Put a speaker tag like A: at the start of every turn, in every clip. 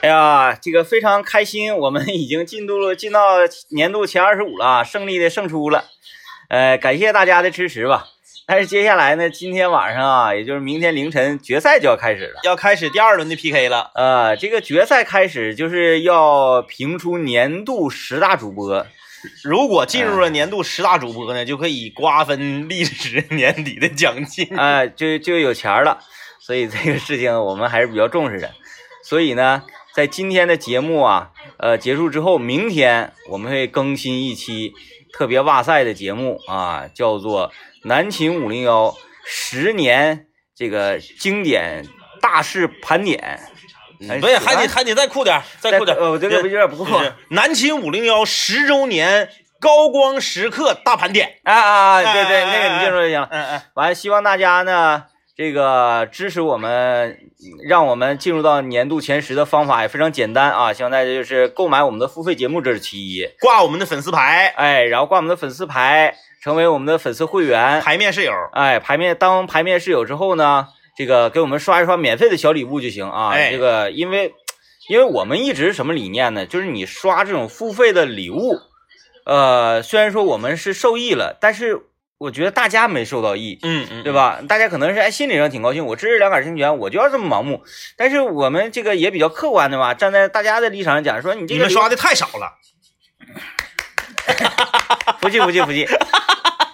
A: 哎呀，这个非常开心，我们已经进入了进到年度前二十五了啊，胜利的胜出了。 呃，感谢大家的支持吧。但是接下来呢，今天晚上啊，也就是明天凌晨，决赛就要开始了。
B: 要开始第二轮的 PK 了。
A: 呃，这个决赛开始就是要评出年度十大主播。
B: 如果进
A: 哎
B: 入了年度十大主播呢，就可以瓜分历史 年底的奖金。
A: 哎、就就有钱儿了，所以这个事情我们还是比较重视的。所以呢，在今天的节目啊，呃，结束之后，明天我们会更新一期特别哇塞的节目啊，叫做《南秦五零幺十年这个经典大事盘点》。哎
B: 嗯不是，还得还得再酷点儿，再酷点儿。
A: 呃，我这个有点不够。
B: 就是南秦五零幺十周年高光时刻大盘点。
A: 啊啊，啊对对，
B: 哎哎
A: 那个你记住就行了。
B: 嗯嗯，
A: 完了，希望大家呢，这个支持我们，让我们进入到年度前十的方法也非常简单啊。希望大家就是购买我们的付费节目，这是其一，
B: 挂我们的粉丝牌，
A: 哎，然后挂我们的粉丝牌，成为我们的粉丝会员，
B: 牌面是友。
A: 哎，排面当排面室友之后呢，这个给我们刷一刷免费的小礼物就行啊。
B: 哎
A: 这个因为因为我们一直什么理念呢？就是你刷这种付费的礼物，呃，虽然说我们是受益了，但是我觉得大家没受到益。
B: 嗯嗯，
A: 对？吧？大家可能是哎心理上挺高兴，我支持两杆儿侵权，我就要这么盲目。但是我们这个也比较客观的吧，站在大家的立场上讲，说你这
B: 你
A: 个
B: 们 刷的太少了。
A: 服气服气服气。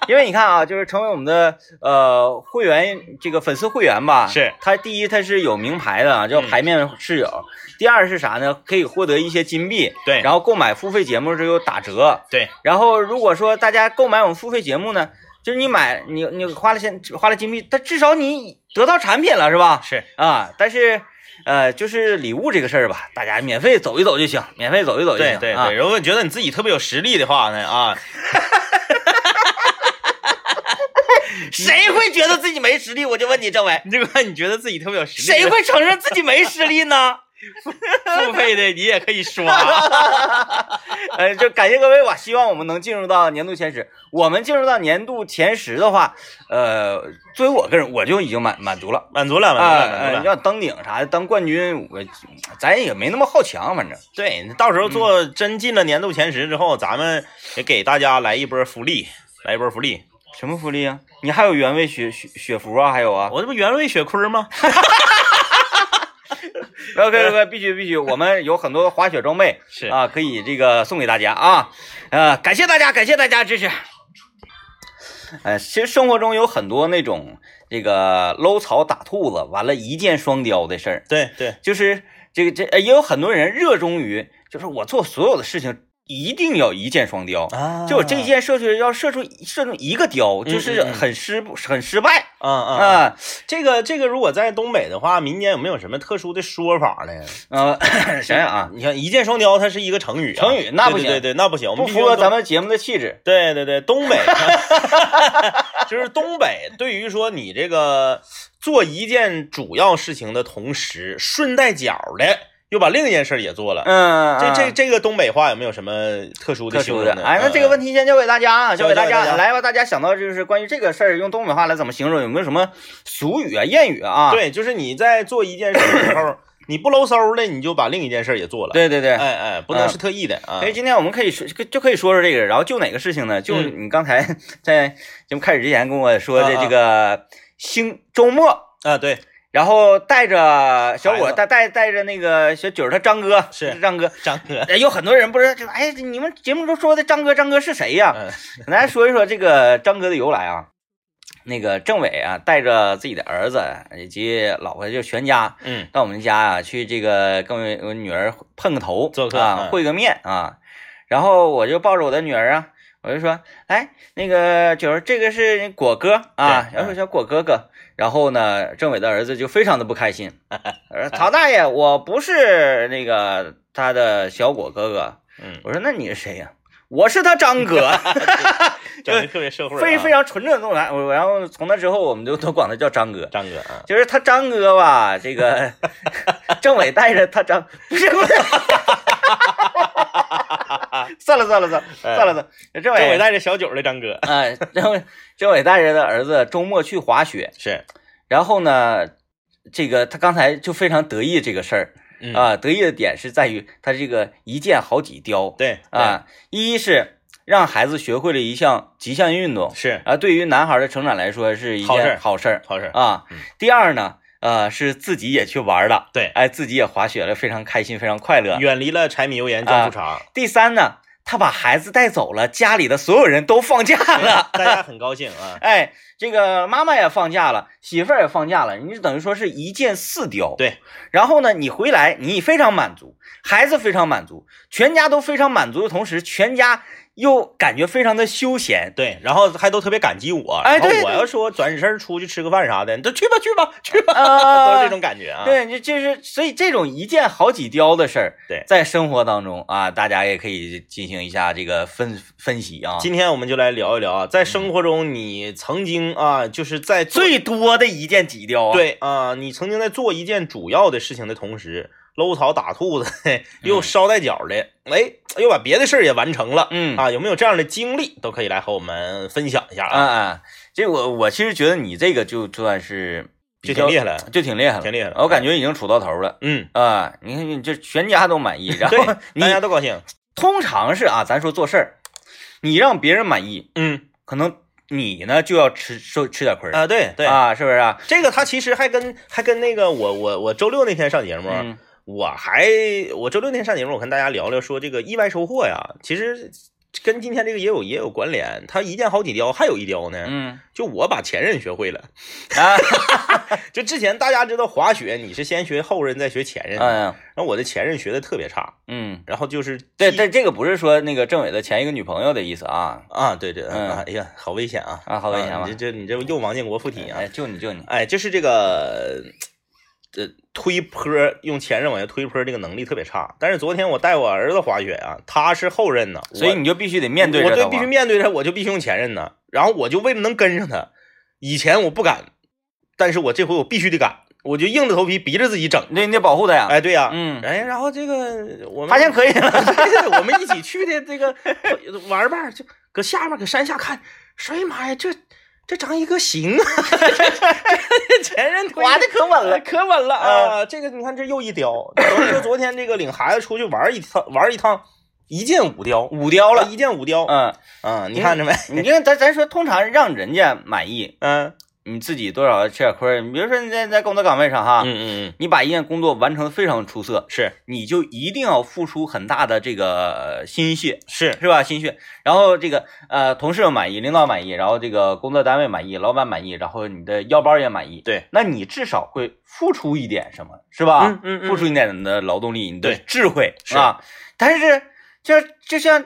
A: 因为你看啊，就是成为我们的呃会员，这个粉丝会员吧，
B: 是
A: 他第一他是有名牌的啊，叫
B: 嗯
A: 牌面室友；第二是啥呢？可以获得一些金币，
B: 对
A: 然后购买付费节目是有打折，
B: 对。
A: 然后如果说大家购买我们付费节目呢，就是你买你你花了钱花了金币，但至少你得到产品了是吧？
B: 是
A: 啊，但是呃，就是礼物这个事儿吧，大家免费走一走就行，免费走一走就
B: 对
A: 行。
B: 对
A: 啊
B: 对，、如果你觉得你自己特别有实力的话呢，啊，
A: 谁会觉得自己没实力？我就问你，政委，
B: 你这个你觉得自己特别有实力，
A: 谁会承认自己没实力呢？
B: 付费的你也可以 刷。
A: 呃，就感谢各位吧，希望我们能进入到年度前十。我们进入到年度前十的话，呃，作为我个人，我就已经满满足了。
B: 满足了，
A: 啊、
B: 满足了，满
A: 呃
B: 足了。
A: 要登顶啥的，当冠军，我咱也没那么好强，反正
B: 对，到时候做
A: 嗯
B: 真进了年度前十之后，咱们也给大家来一波福利，来一波福利。
A: 什么福利啊？你还有原味雪雪雪服啊？还有啊？
B: 我这不原味雪坤吗？
A: OK OK，必须必须，我们有很多滑雪装备
B: 是
A: 啊，可以这个送给大家啊，呃，感谢大家，感谢大家支持。呃，其实生活中有很多那种这个搂草打兔子，完了一箭双雕的事儿，
B: 对对，
A: 就是这个这、呃也有很多人热衷于，就是我做所有的事情一定要一箭双雕，
B: 啊
A: 就我这一，箭射出去要射出射中一个雕，就
B: 嗯
A: 是
B: 嗯嗯
A: 很失很失败
B: 嗯嗯，嗯
A: 啊、
B: 这个这个，如果在东北的话，民间有没有什么特殊的说法呢？
A: 呃， 想想啊，
B: 你看“一箭双雕”，它是一个成语啊、
A: 成语那不行
B: 对对对，那不行，我们
A: 不
B: 必
A: 符
B: 须
A: 合
B: 用
A: 咱们节目的气质。
B: 对对对， 东北就是东北，对于说你这个做一件主要事情的同时，顺带脚的又把另一件事儿也做了。
A: 嗯，
B: 这这
A: 嗯
B: 这个东北话有没有什么啊特殊的嗯
A: 特
B: 形
A: 殊
B: 容
A: 的。
B: 呢
A: 哎，那这个问
B: 题，
A: 题先交给大家啊，交给大
B: 交给大
A: 家
B: 家
A: 来吧。大家想到就是关于这个事儿，用东北话来怎么形容？有没有什么俗语啊、谚语啊？
B: 对，就是你在做一件事儿的时 候，你不搂搜的，你就把另一件事儿也做了。，
A: 对对对。
B: 哎哎，不能
A: 嗯
B: 是特意的啊
A: 所。以今天我们可以说，就可以说说这个，然后就哪个事情呢？就
B: 嗯
A: 你刚才 在节目开始之前跟我说的
B: 啊啊
A: 这个星周末，
B: 啊，对，
A: 然后带着小
B: 孩
A: 伙
B: 子
A: 带带带着那个小九儿他张哥
B: 是
A: 张哥，
B: 张 哥，
A: 哎有很多人不知道，就哎你们节目中说的张哥张哥是谁呀、
B: 嗯
A: 给大家说一说这个张哥的由来啊。那个政委啊，带着自己的儿子以及老婆，就全家
B: 嗯，
A: 到我们家啊，去这个跟我女儿碰个头，
B: 做客
A: 啊，
B: 嗯
A: 会个面啊。然后我就抱着我的女儿啊，我就说，哎，那个就是这个是果哥啊，
B: 对嗯
A: 然后小果哥哥。然后呢，政委的儿子就非常的不开 心，呃曹大爷，我不是那个他的小果哥哥。
B: 嗯，
A: 我说那你是谁呀、我是他张哥。
B: 整的特别社会、啊，
A: 非非常纯正的东南亚。我然后从那之后，我们就都管他叫张 哥。
B: 张哥啊，
A: 就是他张哥吧，这 个政委带着他张， 不是不是，算了算了算了
B: 哎
A: 算了算了，政
B: 政委
A: 委
B: 带着小九的张哥
A: 哎，政委政委带着他儿子周末去滑雪，
B: 是，
A: 然后呢，这个他刚才就非常得意这个事儿，
B: 嗯
A: 啊，得意的点是在于它这个一箭好几雕
B: 对，
A: 啊，一是让孩子学会了一项极限运动
B: 对，是
A: 啊，对于男孩的成长来说是一
B: 好事儿
A: 件好事儿
B: 好事，
A: 啊
B: 嗯。
A: 第二呢，呃，是自己也去玩了，
B: 对，
A: 哎，自己也滑雪了，非常开心，非常快乐。
B: 远离了柴米油盐酱醋茶，
A: 第三呢，他把孩子带走了，家里的所有人都放假 了。
B: 大家很高兴啊。
A: 哎，这个妈妈也放假了，媳妇儿也放假了，你就等于说是一箭四雕。
B: 对，
A: 然后呢，你回来你非常满足，孩子非常满足，全家都非常满足的同时，全家又感觉非常的休 闲。
B: 对，然后还都特别感激我，
A: 哎
B: 然后
A: 对
B: 我
A: 对
B: 要说转身出去吃个饭啥的，你都去吧去吧去吧，
A: 啊
B: 都是这种感觉啊。，
A: 对，你就是所以这种一箭好几雕的事儿，
B: 对
A: 在生活当中啊，大家也可以进行一下这个分分析啊。
B: 今天我们就来聊一聊啊，在生活中你曾经啊，就是在做
A: 最多的一箭几雕啊？，
B: 对啊、你曾经在做一件主要的事情的同时，搂草打兔子， 嘿又捎带脚的，哎，又把别的事儿也完成了。
A: 嗯
B: 啊，有没有这样的经历，都可以来和我们分享一下
A: 啊
B: 啊，
A: 啊，这我我其实觉得你这个就算是比
B: 就
A: 较
B: 挺厉害了。
A: 就挺厉害了，
B: 挺厉害了哎
A: 我感觉已经杵到头了
B: 嗯，
A: 啊！你看你这全家都 满意，然后
B: 对，
A: 你
B: 大家都高兴。
A: 通常是啊，咱说做事儿，你让别人满意，
B: 嗯
A: 可能你呢就要吃受吃点亏儿
B: 啊，对对，
A: 啊，是不是啊？
B: 这个他其实还跟还跟那个我我我周六那天上节目，啊
A: 嗯
B: 我还我周六那天上节目，我跟大家聊聊说这个意外收获呀，其实跟今天这个也有也有关联。他一箭好几雕，还有一雕呢，
A: 嗯
B: 就我把前任学会了。
A: 啊，
B: 就之前大家知道滑雪，你是先学后刃再学前刃，
A: 哎
B: 然
A: 呀，
B: 后我的前刃学的特别差，
A: 嗯，
B: 然后就是
A: 对，
B: 记
A: 这这个不是说那个政委的前一个女朋友的意思啊
B: 啊，对对，
A: 嗯
B: 啊哎呀，好危险啊，
A: 啊，好危险吧
B: 你？这这你这又王建国附体啊
A: 哎，，就你就你，
B: 哎，就是这个呃推坡用前刃往下推坡这个能力特别差，但是昨天我带我儿子滑雪啊，他是后刃呢，
A: 所以
B: 我
A: 你就必须得面对
B: 我
A: 着
B: 对
A: 他
B: 必须
A: 吧。
B: 面对着，我就必须用前刃呢，然后我就为了能跟上他，以前我不敢，但是我这回我必须得敢，我就硬着头皮逼着自己整，
A: 对，你得保护他呀。
B: 哎，对呀、
A: 嗯，
B: 哎，然后这个我们
A: 发现可以了。
B: 对，我们一起去的这个玩伴儿就搁下面搁山下看，说哎呀妈呀，这这长一哥行啊，这前任推
A: 滑的可稳了，
B: 可稳了啊！这个你看这又一雕，等于说昨天这个领孩子出去玩一趟，玩一趟一箭五雕，
A: 五雕了。
B: 一箭五雕，
A: 嗯，
B: 嗯，你看着没？
A: 你看咱咱说，通常让人家满意，
B: 嗯
A: 你自己多少吃点亏儿。你比如说你在在工作岗位上哈，
B: 嗯嗯，
A: 你把一件工作完成的非常出色，
B: 是
A: 你就一定要付出很大的这个呃心血，
B: 是，
A: 是吧？心血。然后这个呃，同事们满意，领导满意，然后这个工作单位满意，老板满意，然后你的腰包也满意。
B: 对，
A: 那你至少会付出一点什么，是吧？
B: 嗯嗯嗯
A: 付出一点你的劳动力，你的
B: 对
A: 智慧
B: 是
A: 啊。但是就就像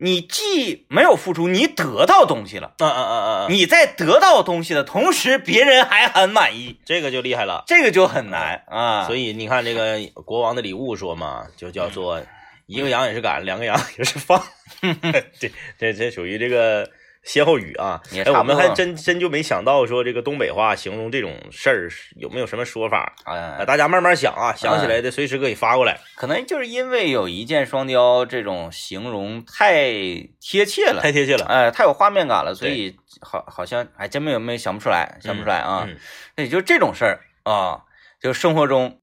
A: 你既没有付出，你得到东西了，
B: 嗯嗯嗯嗯嗯，
A: 你在得到东西的同时，别人还很满意，
B: 这个就厉害了。
A: 这个就很难啊。
B: 嗯所
A: 以
B: 以你看，这个国王的礼物说嘛，就叫做一个羊也是赶，两个羊也是放。这这这属于这个歇后语啊。
A: 也
B: 哎，
A: 差
B: 我
A: 不多
B: 们还真真就没想到说这个东北话形容这种事儿是有没有什么说法？啊，
A: 啊，
B: 大家慢慢想啊，想起来的随时可以发过来。
A: 可能就是因为有一箭双雕这种形容太贴切了。
B: 太贴切了，
A: 哎，太有画面感了，所以好好像还真没有没想不出来，想不出来啊。
B: 嗯
A: 那也就这种事儿啊，就生活中，嗯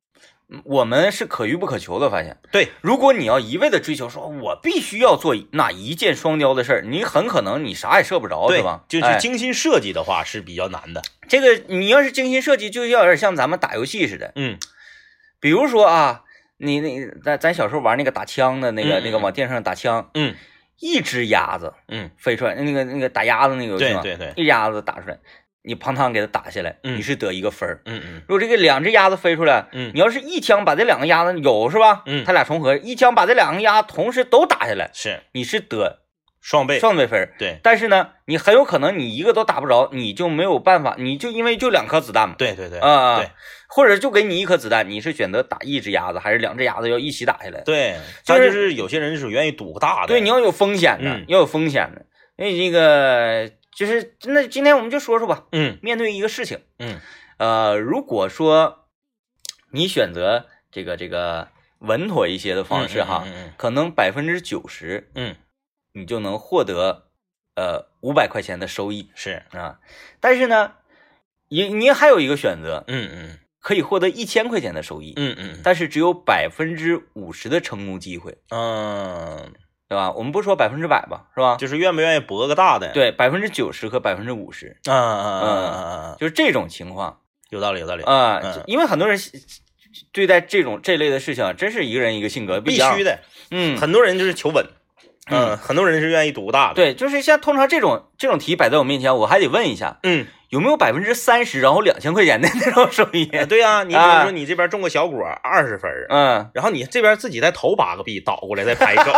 A: 我们是可遇不可求的。发现，
B: 对，
A: 如果你要一味的追求，说我必须要做那一箭双雕的事儿，你很可能你啥也射不着，
B: 对
A: 吧？
B: 就是
A: 哎
B: 精心设计的话是比较难的。
A: 这个，你要是精心设计，就要有点像咱们打游戏似的。
B: 嗯，
A: 比如说啊，你那咱咱小时候玩那个打枪的那个、
B: 嗯嗯
A: 那个往电视上打枪，
B: 嗯
A: 一只鸭子
B: 嗯，
A: 飞出来，那个那个打鸭子那个游戏
B: 对
A: 嘛，
B: 对对，
A: 一鸭子打出来，你哐当给它打下来，
B: 嗯
A: 你是得一个分儿。
B: 嗯嗯
A: 如果这个两只鸭子飞出来，
B: 嗯
A: 你要是一枪把这两个鸭子有是吧？
B: 嗯
A: 它俩重合，一枪把这两个鸭同时都打下来，
B: 是
A: 你是得
B: 双倍，
A: 双倍分儿。
B: 对
A: 但是呢，你很有可能你一个都打不着，你就没有办法，你就因为就两颗子弹嘛，
B: 对对对
A: 啊、
B: 对
A: 或者就给你一颗子弹，你是选择打一只鸭子，还是两只鸭子要一起打下来？
B: 对，
A: 就
B: 他
A: 是
B: 就是有些人是愿意赌个大的，
A: 对，你要有风险的，
B: 嗯
A: 要有风险的。所以这个就是那今天我们就说说吧，
B: 嗯
A: 面对一个事情，
B: 嗯
A: 呃，如果说你选择这个这个稳妥一些的方式哈，
B: 嗯嗯嗯嗯
A: 可能百分之九十
B: 嗯，
A: 你就能获得呃五百块钱的收益
B: 是，
A: 啊。但是呢，你你还有一个选择，
B: 嗯嗯，
A: 可以获得一千块钱的收益，
B: 嗯嗯
A: 但是只有百分之五十的成功机会，
B: 嗯，
A: 对吧？我们不说百分之百吧，是吧？
B: 就是愿不愿意博个大的？，
A: 对，百分之九十和百分之五十，
B: 嗯嗯嗯嗯嗯，
A: 就是这种情况
B: 有道理有道理，
A: 啊、
B: 嗯
A: 因为很多人对待这种这类的事情啊，真是一个人一个性格不
B: 必
A: 一样
B: 须，的。
A: 嗯，
B: 很多人就是求稳，
A: 嗯
B: 嗯，很多人是愿意读大的。，
A: 对，就是像通常这种这种题摆在我面前，我还得问一下，
B: 嗯，
A: 有没有百分之三十，然后两千块钱的那种收益？
B: 哎对呀，你比
A: 啊
B: 如说你这边种个小果二十分儿，
A: 嗯，
B: 然后你这边自己再投八个币倒过来再拍一 手，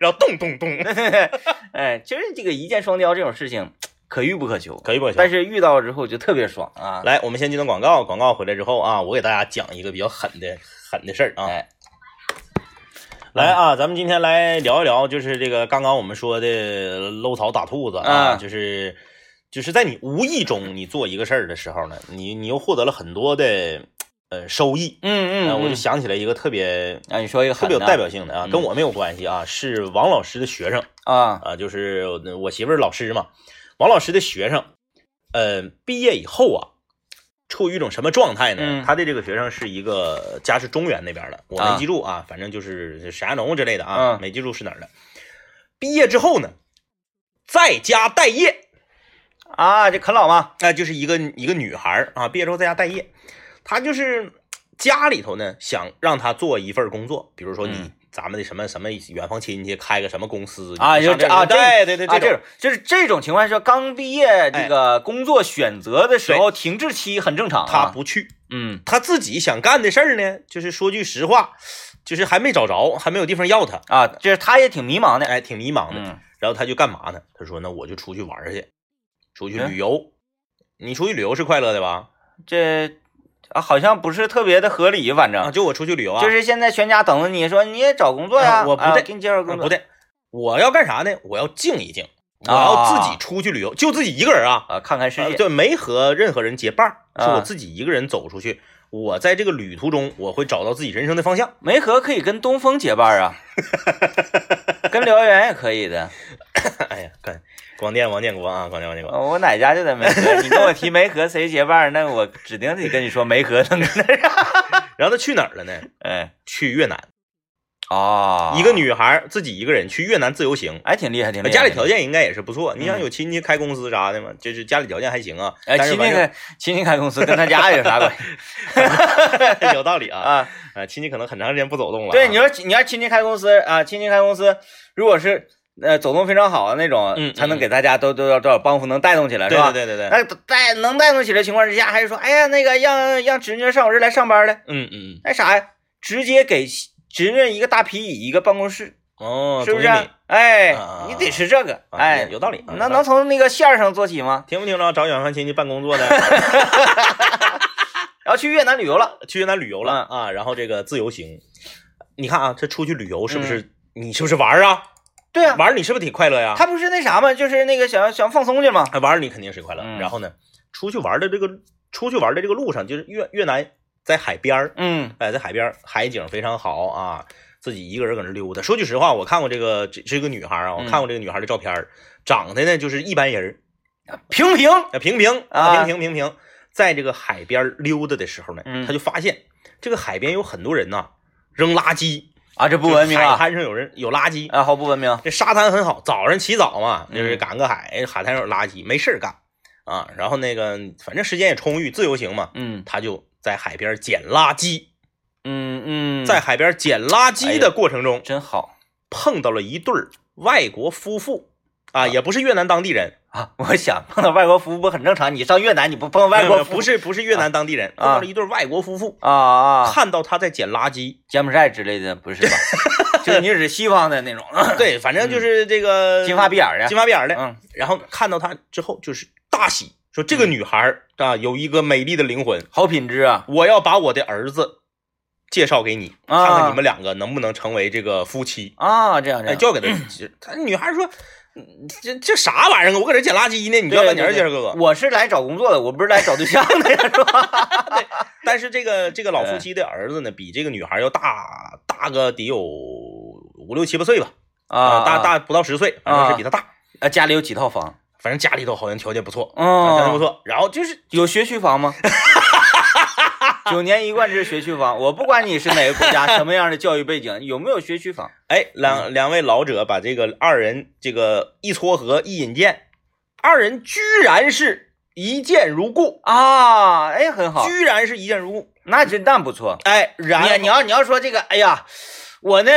B: 然后咚咚咚，
A: 哎，就是这个一箭双雕这种事情，可遇不可求。
B: 可以不可以？
A: 但是遇到之后就特别爽啊！
B: 来，我们先进段广告，广告回来之后啊，我给大家讲一个比较狠的狠的事儿啊。
A: 哎
B: 来啊，咱们今天来聊一聊，就是这个刚刚我们说的搂草打兔子啊，
A: 嗯
B: 就是就是在你无意中你做一个事儿的时候呢，你你又获得了很多的呃收益。
A: 嗯嗯，
B: 呃我就
A: 嗯
B: 想起来一个特别
A: 啊，你说一个
B: 特
A: 狠
B: 别
A: 的
B: 有代表性的啊，
A: 嗯
B: 跟我没有关系啊，是王老师的学生
A: 啊，
B: 啊，就是我我媳妇儿老师嘛，王老师的学生，呃，毕业以后啊，处于一种什么状态呢？
A: 嗯
B: 他的这个学生是一个家是中原那边的，我
A: 啊
B: 没记住啊，反正就是石家庄之类的啊，
A: 嗯
B: 没记住是哪儿的。毕业之后呢，在家待业，
A: 啊，这啃老嘛，
B: 那、就是一个一个女孩儿啊，毕业之后在家待业，她就是家里头呢想让她做一份工作，比如说你、
A: 嗯
B: 咱们的什么什么远房亲戚开个什么公司
A: 啊
B: 你上
A: 就
B: 这
A: 这啊
B: 个对对对，
A: 啊，这
B: 种哎
A: 种就是这种情况下，刚毕业这个工作选择的时候停滞期很正常啊。
B: 她不去，
A: 嗯
B: 她自己想干的事儿呢，就是说句实话，就是还没找着，还没有地方要她，
A: 啊，就是他也挺迷茫的。
B: 哎，挺迷茫的。
A: 嗯
B: 然后她就干嘛呢？她说那我就出去玩儿去，出去
A: 嗯
B: 旅游。你出去旅游是快乐的吧？
A: 这啊好像不是特别的合理，反
B: 啊，
A: 正
B: 就我出去旅游啊，
A: 就是现在全家等着你说你也找工作呀，
B: 啊我不
A: 啊
B: 对
A: 给你介绍
B: 啊
A: 工作
B: 不对，我要干啥呢？我要静一静，我要自己出去旅游，就自己一个人啊，
A: 啊，看看世
B: 啊
A: 界。
B: 对，没和任何人结伴儿，是
A: 啊
B: 我自己一个人走出去。我在这个旅途中，我会找到自己人生的方向。
A: 梅河可以跟东风结伴啊，跟辽源也可以的。
B: 哎呀，看广电王建国啊，广电王建国，
A: 呃我哪家就在梅河，你跟我提梅河谁结伴，那我指定得跟你说梅河能跟 得上。
B: 然后他去哪儿了呢？
A: 哎，
B: 去越南，
A: 哦，
B: 啊一个，女孩儿自己一个人去越南自由行。
A: 哎，挺厉害，挺厉害。
B: 家里条件应该也是不错，你想
A: 嗯
B: 有亲戚开公司啥的嘛，就是家里条件还行啊。
A: 哎，
B: 但是
A: 亲戚
B: 反正
A: 开亲戚开公司跟他家有啥关系
B: 有道理啊
A: 啊？
B: 啊，亲戚可能很长时间不走动了啊。
A: 对，你说你要亲戚开公司啊，亲戚开公司，如果是呃走动非常好的那种，
B: 嗯嗯
A: 才能给大家都都要多少帮扶，能带动起来，
B: 对
A: 是吧？
B: 对对对对，
A: 那带能带动起来的情况之下，还是说，哎呀，那个让让侄女上我这儿来上班来，
B: 嗯嗯嗯，
A: 那啥呀，直接给侄女一个大皮椅，一个办公室，
B: 哦，
A: 是不是
B: 总经理
A: 啊？哎
B: 啊，
A: 你得是这个，
B: 啊
A: 哎，
B: 有道理有
A: 那
B: 道理
A: 能从那个线儿上做起吗？
B: 听不听着？找远方亲戚办工 作的，
A: 然后去越南旅游了，
B: 去越南旅游了
A: 嗯
B: 啊，然后这个自由行，你看啊，这出去旅游
A: 嗯
B: 是不是？你是不是玩儿啊？
A: 对啊，
B: 玩儿你是不是挺快乐呀？
A: 他不是那啥吗？就是那个想想放松去吗？
B: 哎玩儿你肯定是快乐。
A: 嗯
B: 然后呢，出去玩儿的这个出去玩儿的这个路上，就是越越南在海边儿，
A: 嗯
B: 哎，在海边儿海景非常好啊，自己一个人搁那溜达。说句实话，我看过这个这这个女孩儿啊，我
A: 嗯
B: 看过这个女孩儿的照片儿，长得呢就是一般人儿，
A: 平平，
B: 啊，平平
A: 啊
B: 平平平平，在这个海边溜达的时候呢，
A: 嗯
B: 他就发现这个海边有很多人呐、扔垃圾，
A: 啊，这不
B: 就是
A: 文明
B: 海
A: 啊！
B: 滩上有人有垃圾，
A: 啊，好不文明。
B: 这沙滩很好，早上起早嘛，就是
A: 嗯
B: 赶个海，海滩上有垃圾，没事儿干啊。然后那个反正时间也充裕，自由行嘛，
A: 嗯
B: 他就在海边捡垃圾，
A: 嗯嗯，哎
B: 在海边捡垃圾的过程中，
A: 真好
B: 碰到了一对儿外国夫妇啊，也不是越南当地人，
A: 啊！我想碰到外国服务不很正常？你上越南你不碰
B: 没
A: 外
B: 有没
A: 国
B: 有
A: 服务
B: 不是不是越南当地人，碰到了一对儿外国夫妇。
A: 啊啊？
B: 看到他在捡垃圾，
A: 柬埔寨之类的不是吧？ 就是你指西方的那种，
B: 对，反正就是这个
A: 呃嗯金发碧眼儿的，
B: 金发碧眼儿的。
A: 嗯
B: 然后看到他之后就是大喜，说这个女孩儿啊有一个美丽的灵魂，
A: 好品质啊！
B: 我要把我的儿子介绍给你，
A: 啊
B: 看看你们两个能不能成为这个夫妻。
A: 啊，这样这
B: 哎，
A: 样，
B: 就要给 他，他女孩说，嗯这这啥玩意儿啊？我搁这捡垃圾呢，你就要把你儿子介绍给我。
A: 我是来找工作的，我不是来找对象的呀，是吧？
B: 但是这个这个老夫妻的儿子呢，比这个女孩要
A: 哎
B: 大大个得有五六七八岁吧， 呃
A: 啊，
B: 大大不到十岁，反正是比他大。
A: 啊，家里有几套房？嗯
B: 反正家里头好像条件不错，啊条件
A: 哦，
B: 不错。然后就是
A: 有学区房吗？九年一贯制学区房，我不管你是哪个国家，什么样的教育背景，有没有学区房，
B: 哎，两
A: 嗯
B: 两位老者把这个二人这个一撮合一引荐，二人居然是一见如故，
A: 啊，哎，很好，
B: 居然是一见如故。
A: 那真那不错。
B: 哎，然
A: 你你要你要说这个，哎呀，我呢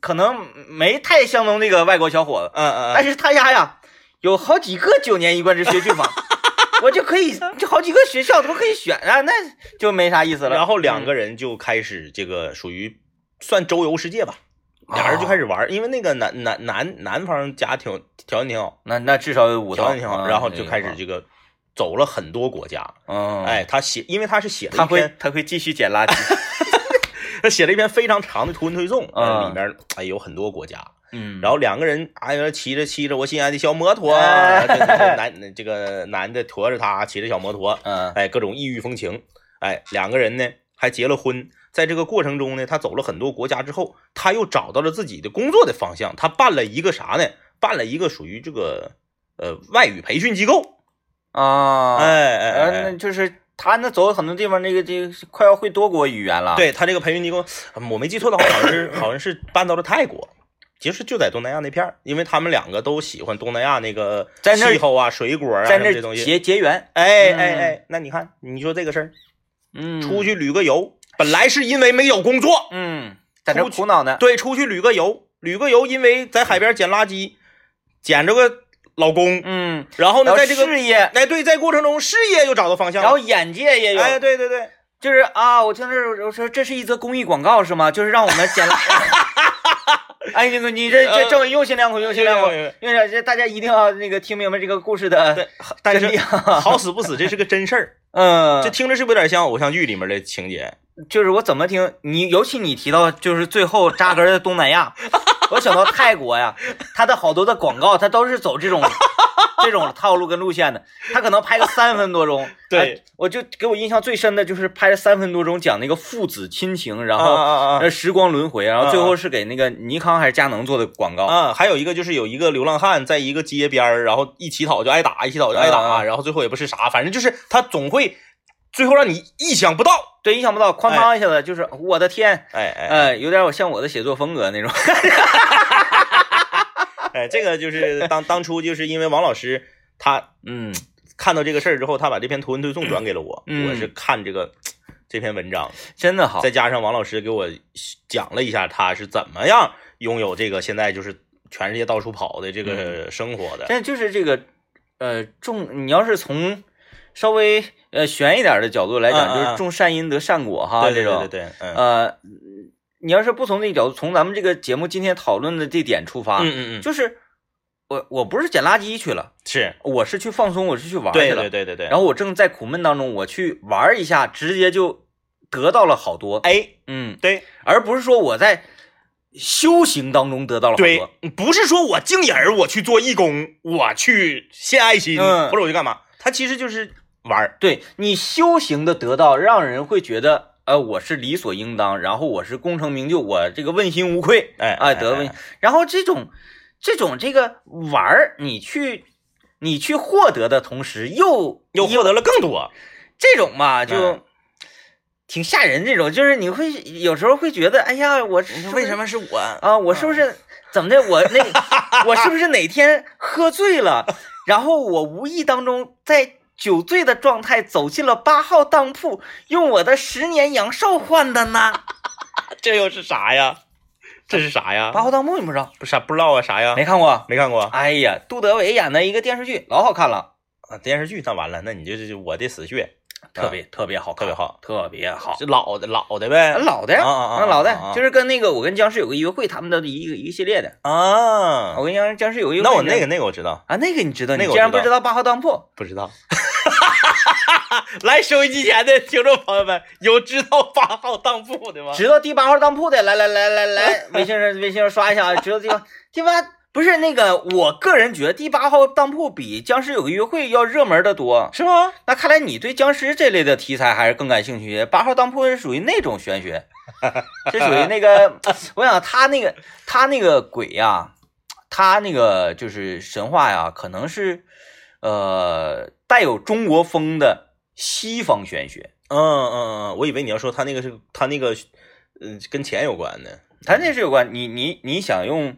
A: 可能没太相中这个外国小伙子，
B: 嗯嗯
A: 但
B: 嗯，
A: 是他家呀有好几个九年一贯制学区房，我就可以就好几个学校都可以选啊，那就没啥意思了。
B: 然后两个人就开始这个属于算周游世界吧，
A: 嗯
B: 俩人就开
A: 哦
B: 始玩儿，因为那个男男男男方家挺条件挺好，
A: 那那至少有五
B: 条
A: 套，
B: 件挺好，
A: 嗯
B: 然后就开始，这个走了很多国家。
A: 嗯，
B: 哎，，他写，因为他是写了一
A: 他会
B: 篇
A: 他会继续捡垃 圾，
B: 他写了一篇非常长的图文推送，
A: 嗯
B: 里面哎有很多国家，
A: 嗯，
B: 然后两个人哎呀骑着骑着我心爱的小摩托，
A: 哎
B: 这个男这个男的驮着他骑着小摩托，
A: 嗯
B: 哎各种异域风情，哎两个人呢还结了婚，在这个过程中呢，他走了很多国家之后，他又找到了自己的工作的方向，他办了一个啥呢？办了一个属于这个呃外语培训机构，
A: 啊，
B: 哎哎哎
A: 呃，
B: 哎
A: 那就是他那走很多地方，那个这个快要会多国语言了，，
B: 对他这个培训机构，嗯我没记错的话，好像是好像是搬到了泰国，其实就在东南亚那片儿，因为他们两个都喜欢东南亚那个
A: 在那儿
B: 气候啊、水果啊
A: 在
B: 什么这
A: 那
B: 东西。
A: 结结缘，
B: 哎
A: 嗯
B: 哎哎，那你看，你说这个事儿，
A: 嗯，
B: 出去旅个游，本来是因为没有工作，
A: 嗯，在这
B: 出去
A: 苦恼呢，
B: 对，出去旅个游，旅个游，因为在海边捡垃圾，捡着个老公，
A: 嗯，
B: 然后
A: 然
B: 呢，
A: 后
B: 在这个
A: 事业，
B: 哎对，在过程中事业又找到方
A: 嗯
B: 向
A: 然后
B: 了，
A: 眼界也有，
B: 哎对对对，
A: 就是啊，我听这我说这是一则公益广告是吗？就是让我们 捡垃圾。哎，你你这
B: 呃
A: 这这么用心良苦，用心良苦，
B: 对对
A: 用心良苦这大家一定要那个听明白这个故事的
B: 对但
A: 真
B: 是
A: 谛
B: 好死不死，这是个真事 儿，
A: 嗯，
B: 这听着是不是有点像偶像剧里面的情节？
A: 就是我怎么听你，尤其你提到就是最后扎根的东南 亚，我想到泰国呀，它的好多的广告，它都是走 这种这种套路跟路线的，它可能拍个三分多钟。
B: 对
A: 哎我就给我印象最深的就是拍了三分多钟讲那个父子亲情，然
B: 啊
A: 后
B: 啊啊
A: 呃时光轮回，然后最
B: 啊
A: 后
B: 啊
A: 是给那个尼康还是佳能做的广告。
B: 啊，还有一个就是有一个流浪汉在一个街边儿，然后一乞讨就挨打，一乞讨就挨打，
A: 啊
B: 然后最后也不是啥，反正就是他总会最后让你意想不到。
A: 对，意想不到，哐当一下子就是我的天，
B: 哎哎
A: 呃，有点我像我的写作风格那种。
B: 哎，这个就是当当初就是因为王老师他
A: 嗯
B: 看到这个事儿之后，他把这篇图文推送转给了我，
A: 嗯
B: 我是看这个这篇文章，
A: 真的好
B: 再，加上王老师给我讲了一下他是怎么样拥有这个现在就是全世界到处跑的这个生活 的。
A: 但就是这个，呃，种你要是从稍微呃悬一点的角度来讲，
B: 嗯嗯
A: 就是
B: 嗯
A: 种善因得善果哈，
B: 对对
A: 这种
B: 对对对，啊嗯
A: 呃，你要是不从这个角度，从咱们这个节目今天讨论的这点出发，
B: 嗯嗯嗯，
A: 就是我我不是捡垃圾去了，
B: 是
A: 我是去放松，我是去玩去
B: 对
A: 了。
B: 对对对对。
A: 然后我正在苦闷当中，我去玩一下，直接就得到了好多，
B: 哎，
A: 嗯，
B: 对。
A: 而不是说我在修行当中得到了好
B: 对
A: 多，，
B: 不是说我敬人儿，我去做义工，我去献爱心，
A: 嗯
B: 或者我去干嘛？他其实就是玩儿。
A: 对你修行的得到，让人会觉得，呃，我是理所应当，然后我是功成名就，我这个问心无愧，
B: 哎
A: 哎，得问。然后这种，这种这个玩儿，你去，你去获得的同时，又
B: 又获得了更多。
A: 这种吧，
B: 嗯
A: 就挺吓人。这种就是你会有时候会觉得，哎呀，我是不是
B: 是我？
A: 啊？我是不
B: 嗯
A: 是怎么的？我那我是不是哪天喝醉了，然后我无意当中在酒醉的状态走进了八号当铺，用我的十年阳寿换的呢？
B: 这又是啥呀？这是啥呀？
A: 八号当铺你不知道？
B: 不啥不知道啊？啥呀？
A: 没看过？
B: 没看过
A: 哎呀，杜德伟演的一个电视剧，老好看了，
B: 啊？电视剧那完了，那你就是我的死穴，
A: 特别特别好
B: 嗯特
A: 看，
B: 别好，
A: 特别好。
B: 这老的老的呗
A: 老的呀，
B: 啊啊啊啊
A: 老
B: 啊啊
A: 的
B: 啊
A: 就是跟那个我跟僵尸有个约会，他们的一个一个系列的，
B: 啊
A: 我。跟你讲，僵尸有一个
B: 那我
A: 位置
B: 那个那个我知道，
A: 啊，那个你知道，
B: 那个
A: 你
B: 我
A: 竟然
B: 知
A: 不
B: 道
A: 知道八号当铺？
B: 不知道。 来，收音机前的听众朋友们，有知道八号当铺的吗？
A: 知道第八号当铺的，来来来来来，微信上微信上刷一下啊，知道第八第八不是那个，我个人觉得第八号当铺比僵尸有个约会要热门的多。
B: 是吗？
A: 那看来你对僵尸这类的题材还是更感兴趣。八号当铺是属于那种玄学， 这属于那个， 我想他那个他那个鬼呀、他那个就是神话呀，可能是呃带有中国风的西方玄学。
B: 嗯嗯嗯，我以为你要说他那个是他那个，嗯、跟钱有关的。
A: 他那是有关你你你想用